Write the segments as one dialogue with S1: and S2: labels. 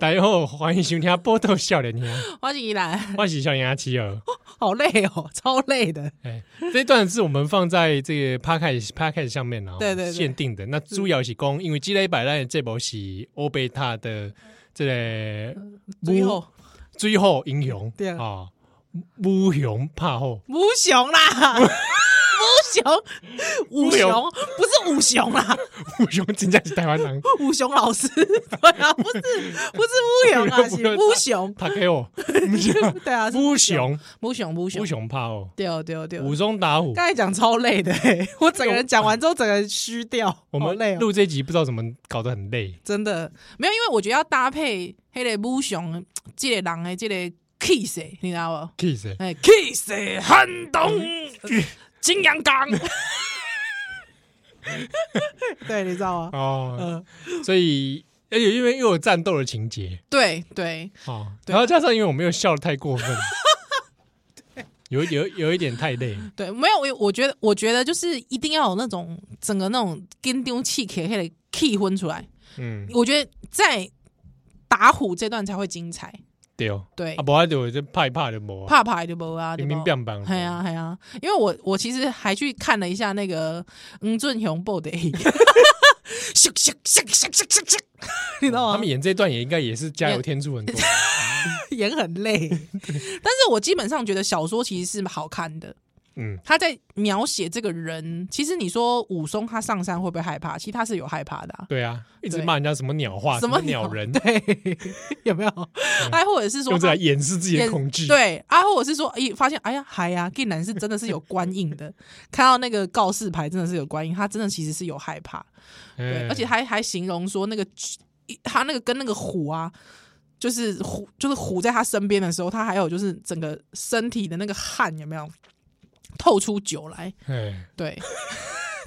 S1: 大家好，欢迎收听《波豆笑 脸兄》，
S2: 花锦怡兰，
S1: 欢喜笑脸阿七儿。
S2: 好累哦，超累的。
S1: 哎，这一段是我们放在这个 p a c k a g e p a c k a g e 上面然后
S2: 对对对
S1: 限定的。那主要是讲，因为积累百烂这部是欧贝塔的这个
S2: 最呃后
S1: 最后英雄，
S2: 对啊
S1: 啊，武雄怕后，
S2: 母熊啦，母熊，
S1: 母
S2: 五
S1: 熊
S2: 熊不是五熊啦，
S1: 武雄真正是台湾人，
S2: 五熊老师，对啊，不是不 是母熊啊，
S1: 不
S2: 是
S1: 是
S2: 母熊，
S1: 他给 我
S2: 对啊， 是啊
S1: 武雄，
S2: 母熊母熊
S1: 武，雄怕后，
S2: 对哦对哦对哦。
S1: 武松打虎。
S2: 刚才讲超累的、欸，我整个人讲完之后，整个人虚掉，
S1: 我
S2: 好累
S1: 们
S2: 哦，
S1: 录这集不知道怎么搞得很累，
S2: 真的没有，因为我觉得要搭配黑个母熊，这个人的这个 kiss，的你知道不？
S1: 气死！
S2: 哎，kiss 的寒冬金阳港， 对，你知道吗？
S1: 哦，
S2: 嗯，
S1: 所以而且因为又有战斗的情节
S2: 对对，
S1: 哦，
S2: 对
S1: 然后加上因为我没有笑得太过 分，有有有一点太累，
S2: 对，没有，我我觉得，我觉得就是一定要有那种整个那种跟丢气给黑的气氛出来。
S1: 嗯，
S2: 我觉得在打虎这段才会精彩。
S1: 对哦，
S2: 对
S1: 啊，，不然就就怕一怕就没啊，
S2: 哎怕怕的不啊，对
S1: 乒
S2: 不
S1: 乒？乓乓，
S2: 系啊系啊，因为我我其实还去看了一下那个吴俊雄播的， 咻咻咻咻咻咻咻，你知道吗？
S1: 嗯他们演这段也应该也是加油添醋很多，
S2: 演很累，但是我基本上觉得小说其实是好看的。
S1: 嗯，
S2: 他在描写这个人，其实你说武松他上山会不会害怕？其实他是有害怕的、啊。
S1: 对啊，一直
S2: 对
S1: 骂人家什么鸟话，
S2: 什
S1: 么
S2: 么
S1: 鸟人，
S2: 对， 有没有？哎，或者是
S1: 嗯
S2: 说
S1: 用这来
S2: 他
S1: 掩饰自己的
S2: 演
S1: 恐惧，，
S2: 对啊，或者是说，哎，发现哎呀，海呀、啊，竟然是真的是有官印的，看到那个告示牌真的是有官印，他真的其实是有害怕，
S1: 哎
S2: 对，而且还还形容说那个他那个跟那个虎啊，就是虎就是虎在他身边的时候，他还有就是整个身体的那个汗有没有透出酒来？
S1: 哎，
S2: 对，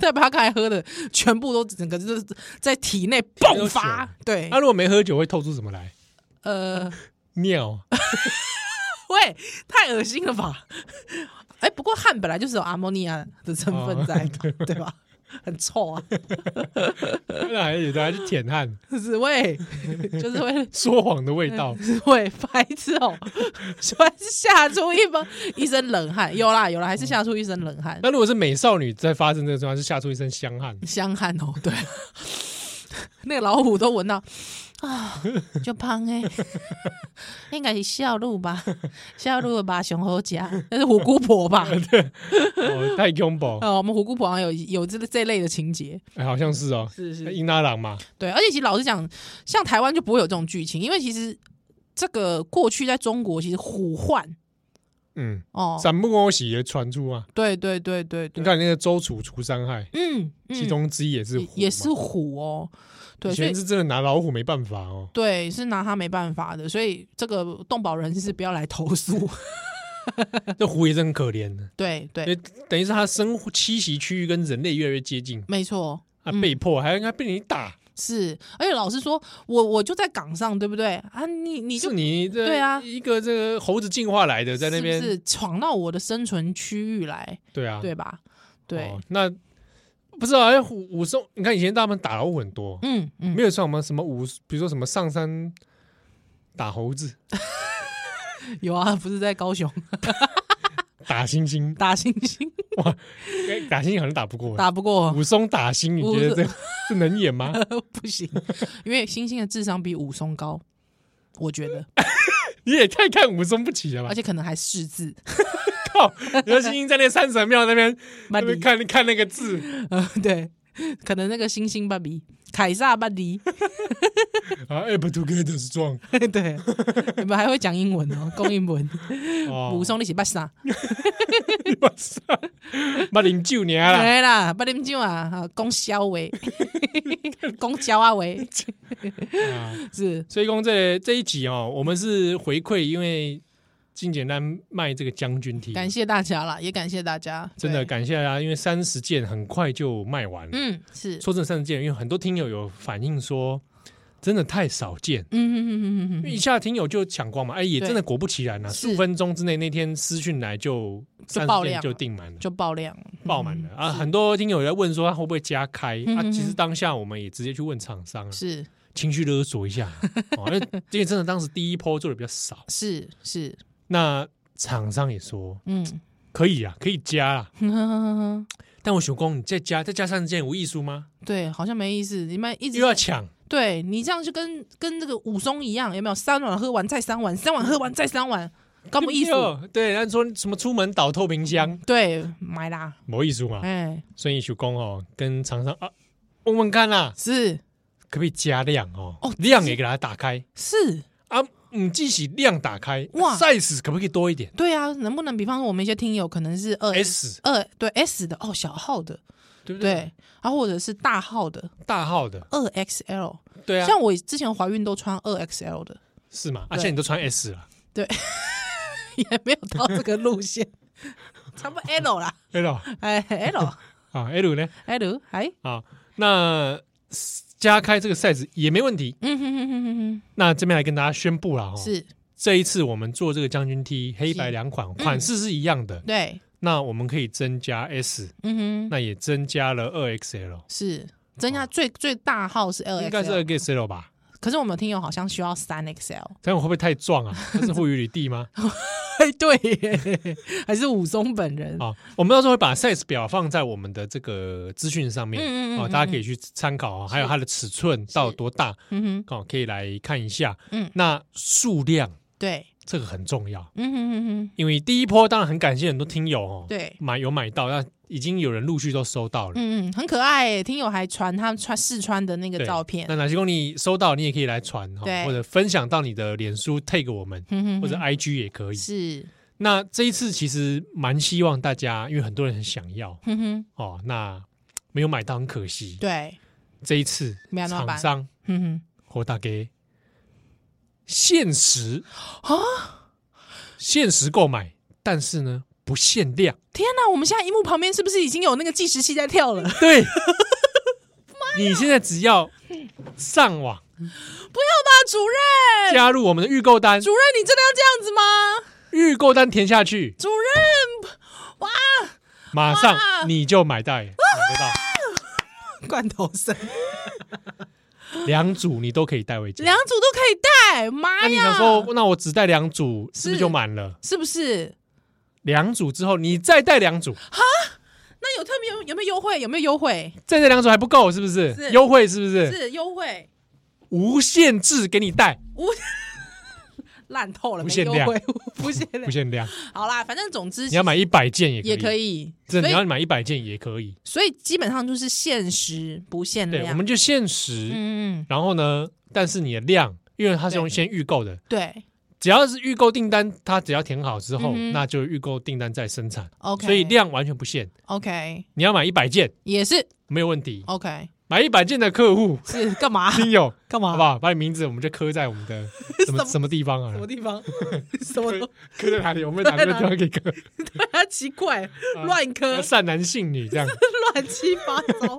S2: 代表他刚才喝的全部都整个就是在体内迸发
S1: 都。
S2: 对，
S1: 他如果没喝酒会透出什么来？
S2: 呃，
S1: 尿，
S2: 喂，太恶心了吧？哎、不过汗本来就是有阿莫尼亚的成分在嘛，对吧？很臭啊，
S1: 那还有的还是舔汗，
S2: 就是喂，就是会
S1: 说谎的味 道，
S2: 喂，白痴哦、 还是吓出一帮一身冷汗。有啦有啦，还是吓出一身冷汗，
S1: 那如果是美少女在发生这个状况，是吓出一身香汗，
S2: 香汗哦、对， 那个老虎都闻到啊，就胖哎、 应该是笑路吧， 笑路吧，熊猴夹，那是虎姑婆吧？
S1: 哦，太恐 怖，
S2: 呃，我们虎姑婆好像有有这这类的情节，
S1: 哎，好像是哦，
S2: 是
S1: 英拉郎嘛，
S2: 对，而且其实老实讲，像台湾就不会有这种剧情，因为其实这个过去在中国其实虎患
S1: 嗯，
S2: 哦，
S1: 散不欧喜也传出啊，
S2: 对对对对
S1: 你
S2: 对，
S1: 看那个周楚除三害，
S2: 嗯，嗯
S1: 其中之一也是
S2: 也
S1: 虎
S2: 也
S1: 嘛
S2: 是虎哦，对，
S1: 以
S2: 所以
S1: 前是真的拿老虎没办法哦，
S2: 对是拿他没办法的，所以这个动保人士不要来 投诉，嗯
S1: 这虎也是很可怜的，
S2: 对
S1: 因
S2: 对
S1: 为，等于是它生活栖息区域跟人类越来越接近，
S2: 没错。
S1: 啊，被迫还应该被你打，
S2: 是，而且老实说，我我就在岗上，对不对啊？你你就是
S1: 你这
S2: 对啊
S1: 一个这个猴子进化来的，在那
S2: 是不
S1: 边，
S2: 是闯到我的生存区域来，
S1: 对啊，
S2: 对吧？对
S1: 哦，，那不知道哎，虎武松，你看以前他们打老虎很多，
S2: 嗯嗯，
S1: 没有像我们什么武，比如说什么上山打猴子、
S2: 有啊，不是在高雄
S1: 打猩猩，
S2: 打星星，
S1: 哎打猩猩好像打不过。
S2: 打不过
S1: 武松打猩，你觉得这 这能演吗？
S2: 不行，因为星星的智商比武松高，我觉得，
S1: 啊你也太看武松不起了吧
S2: 而！且可能还识字，
S1: 靠，你说猩猩在那三神庙那边那
S2: 慢
S1: 边
S2: 点
S1: 看看那个字
S2: 呃， 对，可能那个星星巴比，凯撒巴迪，
S1: 啊，App together strong
S2: 对，你们还会讲英文哦，公英文，
S1: 哦
S2: 武，松你是巴啊啥？
S1: 我操，把零九年 啦，
S2: 对啦，巴啉酒啊，哈讲笑话， 讲笑啊话，
S1: 啊
S2: 是，
S1: 所以公这这一集哦，我们是回馈，因为金简单卖这个将军题，
S2: 感谢大家啦，也感谢大家，
S1: 啊真的
S2: 对，
S1: 感谢大家，因为三十件很快就卖完了。
S2: 嗯，是，
S1: 说真的，三十件，因为很多听友有反映说，真的太少见。
S2: 嗯嗯嗯嗯
S1: 因为
S2: 嗯，
S1: 一下听友就抢光嘛，哎，也
S2: 对
S1: 真的果不其然啊，
S2: 是
S1: 数分钟之内那天私讯来就
S2: 就
S1: 30
S2: 爆
S1: 件
S2: 量
S1: 就
S2: 了
S1: 订满了，
S2: 就爆量，
S1: 爆满了啊！很多听友在问说他会不会加开
S2: 嗯
S1: 啊？
S2: 嗯
S1: 其实
S2: 嗯
S1: 当下我们也直接去问厂商啊，
S2: 是，
S1: 情绪勒索一下，哦， 那因为真的当时第一波做的比较少，
S2: 是是，
S1: 那厂商也说
S2: 嗯，
S1: 可以啊，可以加啦，
S2: 哼哼哼哼哼
S1: 但我想讲你再加再加三十件无艺术吗？
S2: 对，好像没意思。你们一直
S1: 又要抢，
S2: 对你这样就跟跟那个武松一样，有没有？三碗喝完再三碗，三碗喝完再三碗，搞不艺术。
S1: 对？对，人家说什么出门倒透瓶箱，
S2: 对，买啦，
S1: 没艺术嘛，
S2: 哎，
S1: 所以想讲哦，跟厂商啊问问看啦，
S2: 是
S1: 可不可以加量哦？
S2: 哦
S1: 量也给它打开
S2: 是，
S1: 啊，嗯，即使量打开，哇
S2: 哇
S1: ，size 可不可以多一点
S2: 对啊，能不能比方说我们一些听友可能是二
S1: ？S
S2: 二对 S 的哦，小号的，
S1: 对不对？
S2: 对，然后或者是大号的
S1: 大号的，
S2: 二 XL，
S1: 对啊，
S2: 像我之前怀孕都穿二 XL 的，
S1: 是嘛？啊，
S2: 对
S1: 现在你都穿 S 了
S2: 也没有到这个路线， 差不多 L 啦，
S1: ，L
S2: 哎 L
S1: 啊，L 呢
S2: L 哎，
S1: 啊，那加开这个 size 也没问题。
S2: 嗯哼哼哼哼
S1: 那这边来跟大家宣布了哦，
S2: 哼，是
S1: 这一次我们做这个将军 T 黑白两款款式是一样的，
S2: 对，
S1: 那我们可以增加 S，
S2: 嗯哼，
S1: 那也增加了二 XL，
S2: 是增加最最大号是 L
S1: 哦应该是二
S2: XL，
S1: XL 吧？
S2: 可是我们听友好像需要三 XL，
S1: 这样我会不会太壮啊？他是护宇里地吗？
S2: 哎对耶，还是武松本人，
S1: 啊，我们到时候会把 size 表放在我们的这个资讯上面，
S2: 嗯嗯嗯
S1: 啊，
S2: 嗯
S1: 大家可以去参考啊，还有它的尺寸到多大，
S2: 嗯哼，
S1: 哦，可以来看一下。
S2: 嗯
S1: 那数量
S2: 对，
S1: 这个很重要，
S2: 嗯哼哼哼，
S1: 因为第一波当然很感谢很多听友哦，
S2: 对。
S1: 买有买到，那已经有人陆续都收到了。
S2: 嗯嗯，很可爱耶，听友还传他们穿试穿的那个
S1: 对
S2: 照片
S1: 那，哪些公你收到，你也可以来传哈，
S2: 对
S1: 或者分享到你的脸书 tag 我们，
S2: 嗯哼
S1: 或者
S2: 哼
S1: IG 也可以。
S2: 是，
S1: 那这一次其实蛮希望大家，因为很多人很想要，
S2: 哼嗯哼，
S1: 哦，那没有买到很可惜。
S2: 对，
S1: 这一次
S2: 没有那么
S1: 厂
S2: 办
S1: 商
S2: 哼嗯哼，
S1: 和大给限时啊，限时购买，但是呢不限量。
S2: 天哪！我们现在荧幕旁边是不是已经有那个计时器在跳了？
S1: 对， 你现在只要上网
S2: 啊，主任，
S1: 加入我们的预购单，
S2: 主任，你真的要这样子吗？
S1: 预购单填下去，
S2: 主任，
S1: 马
S2: 哇
S1: 上你就买到，买得到
S2: 罐头声，
S1: 两组，你都可以带回家
S2: 两。组都可以带，妈
S1: 那你想
S2: 呀！
S1: 说，那我只带两组，是不是
S2: 是
S1: 就满了？
S2: 是不是？
S1: 两组之后，你再带两组，
S2: 那有特别有有没有优惠？有没有优惠？
S1: 再带两组还不够，是不是？
S2: 是
S1: 优惠是不是？
S2: 是优惠，
S1: 无限制给你带，
S2: 无烂透了，
S1: 不
S2: 没
S1: 限
S2: 优
S1: 量
S2: 惠，不限
S1: 不
S2: 量。
S1: 限量。
S2: 好啦，反正总之
S1: 你要买一百件也可以
S2: 也可，以，
S1: 真
S2: 所
S1: 的你
S2: 以
S1: 要买一百件也可以。
S2: 所以基本上就是限时不限
S1: 对，
S2: 嗯量。
S1: 我们就限时，
S2: 嗯嗯，
S1: 然后呢，但是你的量，因为它是用
S2: 对
S1: 先预购的，
S2: 对
S1: 只要是预购订单，它只要填好之后，
S2: 嗯哼
S1: 那就预购订单再生产，
S2: ，OK，
S1: 所以量完全不限。
S2: OK
S1: 你要买一百件
S2: 也是
S1: 没有问题，
S2: OK，
S1: 买一百件的客 户
S2: 是 干嘛？
S1: 听友，
S2: 干
S1: 好
S2: 嘛
S1: 不？好？把你名字我们就刻在我们 的什么
S2: 啊什么
S1: 什么地方啊
S2: 什？么地 方？什么都
S1: 刻在哪里？我们哪个
S2: 对
S1: 地
S2: 啊
S1: 方可以 刻？
S2: 他 奇怪，
S1: 啊
S2: 乱磕，
S1: 善男信女这样。
S2: 乱七八 糟，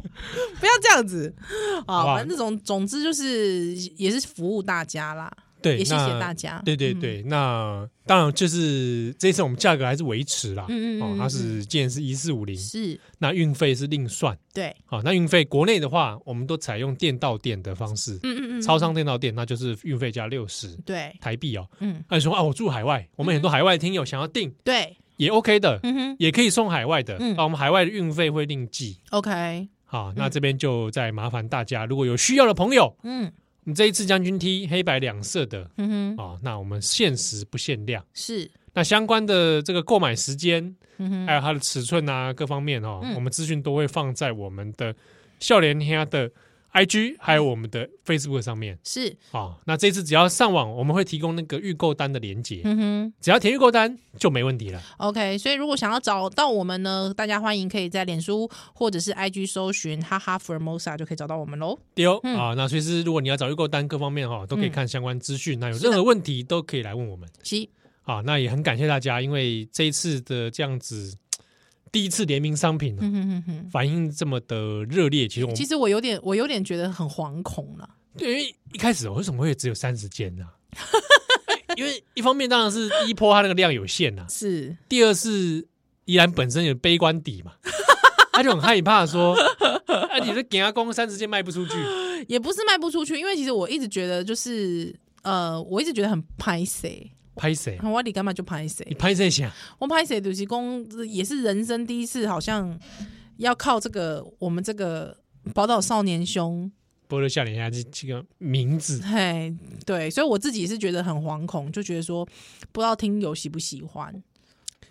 S2: 不要这样子
S1: 好不好
S2: 啊！反正总总之就是也是服务大家啦，
S1: 对，
S2: 也谢
S1: 那
S2: 谢大家。
S1: 对对
S2: 嗯，
S1: 对，那当然就是这次我们价格还是维持啦，
S2: 嗯嗯嗯
S1: 哦
S2: 嗯，
S1: 它是既然是一四五零，
S2: 是，
S1: 那运费是另算，
S2: 对，
S1: 好，那运费国内的话，我们都采用店到店的方式，
S2: 嗯嗯嗯，
S1: 超商店到店，那就是运费加六十
S2: 对，
S1: 台币哦。
S2: 嗯，
S1: 那你说啊，我住海外，我们很多海外听友想要订
S2: 对，
S1: 也 OK 的，
S2: 嗯哼
S1: 也可以送海外的，
S2: 嗯
S1: 啊，我们海外的运费会另计。
S2: ，OK，
S1: 好，那这边就再麻烦大家，如果有需要的朋友，
S2: 嗯
S1: 我们这一次将军 T 黑白两色的
S2: 嗯哼，
S1: 啊，那我们限时不限量。
S2: 是，
S1: 那相关的这个购买时间，
S2: 嗯哼，
S1: 还有它的尺寸啊，各方面哦，
S2: 嗯
S1: 我们资讯都会放在我们的笑脸天的 IG，还有我们的 Facebook 上面
S2: 是，
S1: 啊、那这次只要上网，我们会提供那个预购单的链接，
S2: 嗯哼。
S1: 只要填预购单就没问题了。
S2: OK，所以如果想要找到我们呢，大家欢迎可以在脸书或者是 IG 搜寻“哈哈 Formosa” 就可以找到我们喽。
S1: 丢啊、
S2: 嗯
S1: 那随时如果你要找预购单各方面哈、哦，都可以看相关资讯。那有
S2: 是的
S1: 任何问题都可以来问我们
S2: 七，
S1: 啊、那也很感谢大家，因为这一次的这样子第一次联名商品、哦
S2: 嗯哼哼哼，
S1: 反应这么的热烈，其实我们
S2: 其实我有点，我有点觉得很惶恐了。
S1: 对，因为一开始我为什么会只有三十件呢、 因为一方面当然是第一波它那个量有限呐、
S2: 是，
S1: 第二是依然本身有悲 观底嘛，他就很害怕说，啊，你的给他工三十件卖不出去，
S2: 也不是卖不出去，因为其实我一直觉得就是呃，我一直觉得很拍谁，
S1: 拍谁？啊
S2: 我你干嘛就拍
S1: 你
S2: 谁，
S1: 拍啊这下，
S2: 我拍谁主席公也是人生第一次，好像要靠这个我们这个宝岛少年兄，
S1: 波罗笑脸下这这个名字，
S2: 嘿，对，所以我自己是觉得很惶恐，就觉得说不知道听友喜不喜欢，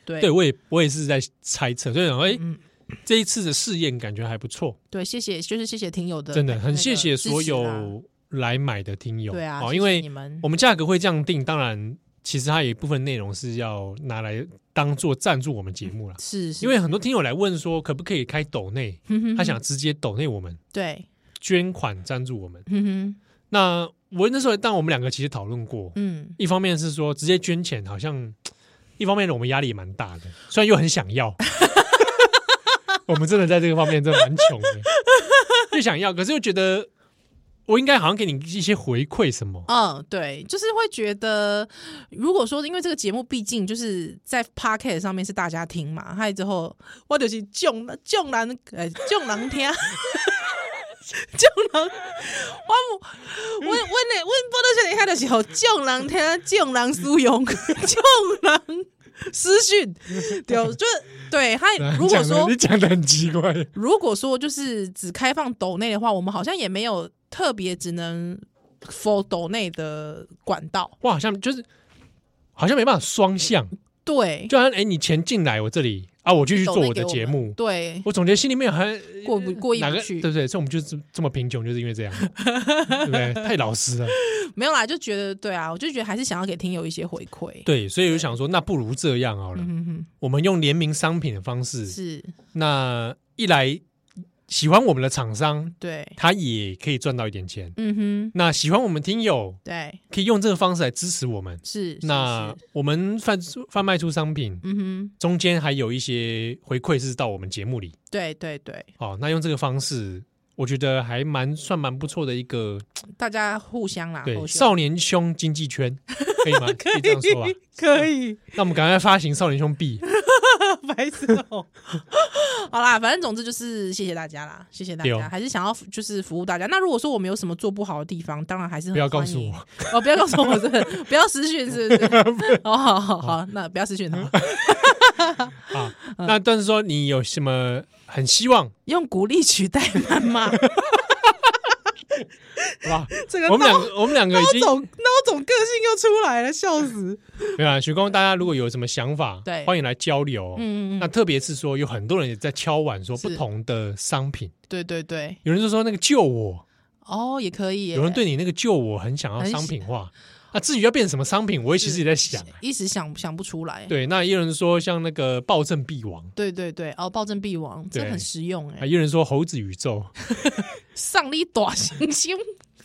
S2: 对
S1: 对我也我也是在猜测，所以想说，哎、
S2: 嗯
S1: 这一次的试验感觉还不错，
S2: 对，谢谢，就是谢谢听友的那
S1: 真
S2: 个支持
S1: 的
S2: 啦，
S1: 很谢谢所有来买的听友，
S2: 对啊，
S1: 哦，
S2: 谢谢
S1: 因为
S2: 你们
S1: 我们价格会这样定，当然其实它有一部分内容是要拿来当做赞助我们节目啦。
S2: 是是
S1: 因为很多听友来问说，可不可以开抖内？
S2: 哼嗯哼
S1: 他想直接抖内我们
S2: 对，
S1: 捐款赞助我们。
S2: 哼哼，
S1: 那我那时候，但我们两个其实讨论过，
S2: 嗯，
S1: 一方面是说直接捐钱，好像一方面呢我们压力也蛮大的，虽然又很想 要，我们真的在这个方面真的蛮穷的，又想要，可是又觉得我应该好像给你一些回馈什么，
S2: 嗯，对，就是会觉得，如果说因为这个节目毕竟就是在 Pocket 上面是大家听嘛，还有之后我就是囧囧人呃囧人听， 囧人，我我我我那我播到这里，他就是候囧人听，囧人使用， 囧人私讯，对，就是对，还 如果
S1: 讲得
S2: 说
S1: 你讲的很奇怪，
S2: 如果说就是只开放抖内的话，我们好像也没有特别只能 for 抖内的管道。
S1: 哇，好像就是好像没办法双向，
S2: 对，
S1: 就好像哎、你钱进来我这里啊，我继续做
S2: 抖内
S1: 我的
S2: 给
S1: 节
S2: 们
S1: 目。
S2: 对，
S1: 我总觉得心里面还
S2: 过不过意
S1: 哪
S2: 不
S1: 个
S2: 去
S1: 对不对？所以我们就是这么贫穷，就是因为这样，对不对？太老实了。
S2: 没有啦，就觉得对啊，我就觉得还是想要给听友一些回馈。
S1: 对，所以我就想说，那不如这样好了，
S2: 嗯哼
S1: 我们用联名商品的方式，
S2: 是，
S1: 那一来喜欢我们的厂商，
S2: 对，
S1: 他也可以赚到一点钱；
S2: 嗯哼，
S1: 那喜欢我们听友，
S2: 对，
S1: 可以用这个方式来支持我们。
S2: 是，是
S1: 那
S2: 是
S1: 我们贩出贩卖出商品，
S2: 嗯哼，
S1: 中间还有一些回馈是到我们节目里。
S2: 对对对，
S1: 哦，那用这个方式，我觉得还蛮算蛮不错的一个
S2: 大家互相啦，
S1: 对
S2: 互相
S1: 少年兄经济 圈，可以吗？可以这样说吧。
S2: 可以，
S1: 那我们赶快发行少年兄 币。
S2: 白痴哦。 好啦，反正总之就是谢谢大家啦，谢谢大
S1: 对哦
S2: 家，还是想要服就是服务大家。那如果说我们有什么做不好的地方，当然还是很
S1: 不要告诉
S2: 欢迎
S1: 我，
S2: 哦，不要告诉我，真的不要私讯，是不 是？哦，好好好，那不要私讯他，
S1: 啊。
S2: 嗯
S1: 那但是说你有什么很希望，
S2: 用鼓励取代谩 骂，
S1: 好 吧？
S2: 这个
S1: 我们
S2: 孬
S1: 两个，我们两个已经
S2: 孬种孬种个性又出来了，笑死！
S1: 没有啊。许光，大家如果有什么想法，
S2: 对
S1: 欢迎来交流。
S2: 嗯嗯
S1: 那
S2: 嗯，
S1: 特别是说，有很多人也在敲碗说
S2: 是
S1: 不同的商品，
S2: 对对对，
S1: 有人就说那个救我，
S2: 哦，也可以耶，
S1: 有人对你那个救我很想要
S2: 很
S1: 商品化。那至于要变成什么商品，我也其实也在想。啊
S2: 一时想想不出来，
S1: 对，那也有人说像那个暴政必亡，
S2: 对对对，哦，暴政必亡，这
S1: 对
S2: 很实用
S1: 啊，
S2: 哎，
S1: 也有人说猴子宇宙，
S2: 上力短行星，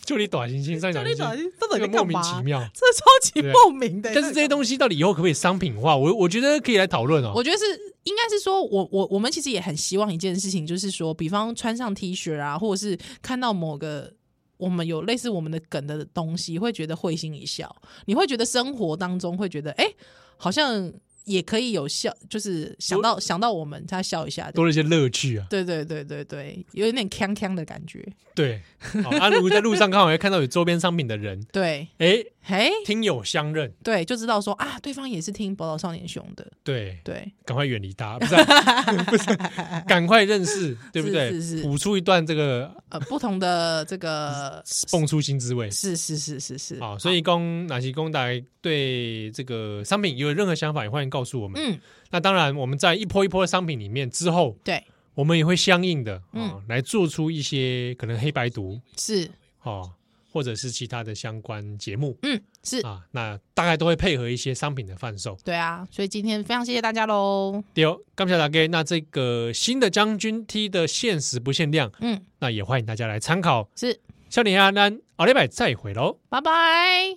S1: 就你短行星上
S2: 就
S1: 讲
S2: 你短
S1: 这
S2: 行，这到底
S1: 个
S2: 在
S1: 莫
S2: 干
S1: 名其
S2: 嘛？
S1: 妙。
S2: 这超级
S1: 对
S2: 莫名的。
S1: 但是这些东西到底以后可不可以商品化？我我觉得可以来讨论哦。
S2: 我觉得是应该是说我我我们其实也很希望一件事情，就是说，比方穿上 T 恤啊，或者是看到某个。我们有类似我们的梗的东西，会觉得会心一笑。你会觉得生活当中会觉得，哎、好像也可以有笑，就是想到想到我们，他笑一下。
S1: 多了一些乐趣啊。
S2: 对对对对对，有一点锵锵的感觉。
S1: 对，好啊，如果在路上刚好会看到有周边商品的 人，
S2: 对，
S1: 哎，
S2: 嘿，
S1: 听友相认，
S2: 对，就知道说啊，对方也是听《宝岛少年兄》的。
S1: 对，
S2: 对，
S1: 赶快远离他，不是啊、 不是啊， 赶快认识，对不对？
S2: 是是是
S1: 谱出一段这个
S2: 呃，不同的这个
S1: 蹦出新滋味。
S2: 是是是是是。
S1: 好，所以供哪些供大家对这个商品有任何想法，也欢迎告诉我们。
S2: 嗯，
S1: 那当然，我们在一波一波的商品里面之后，
S2: 对，
S1: 我们也会相应的啊、
S2: 嗯
S1: 来做出一些可能黑白读
S2: 是，
S1: 哦，或者是其他的相关节目
S2: 嗯，是，
S1: 啊，那大概都会配合一些商品的贩售。
S2: 对啊，所以今天非常谢谢大家喽。
S1: 对哦，感谢大家。那这个新的将军 T 的限时不限量，
S2: 嗯，
S1: 那也欢迎大家来参考。
S2: 是，
S1: 笑脸阿南，奥利拜，再会喽。
S2: 拜拜。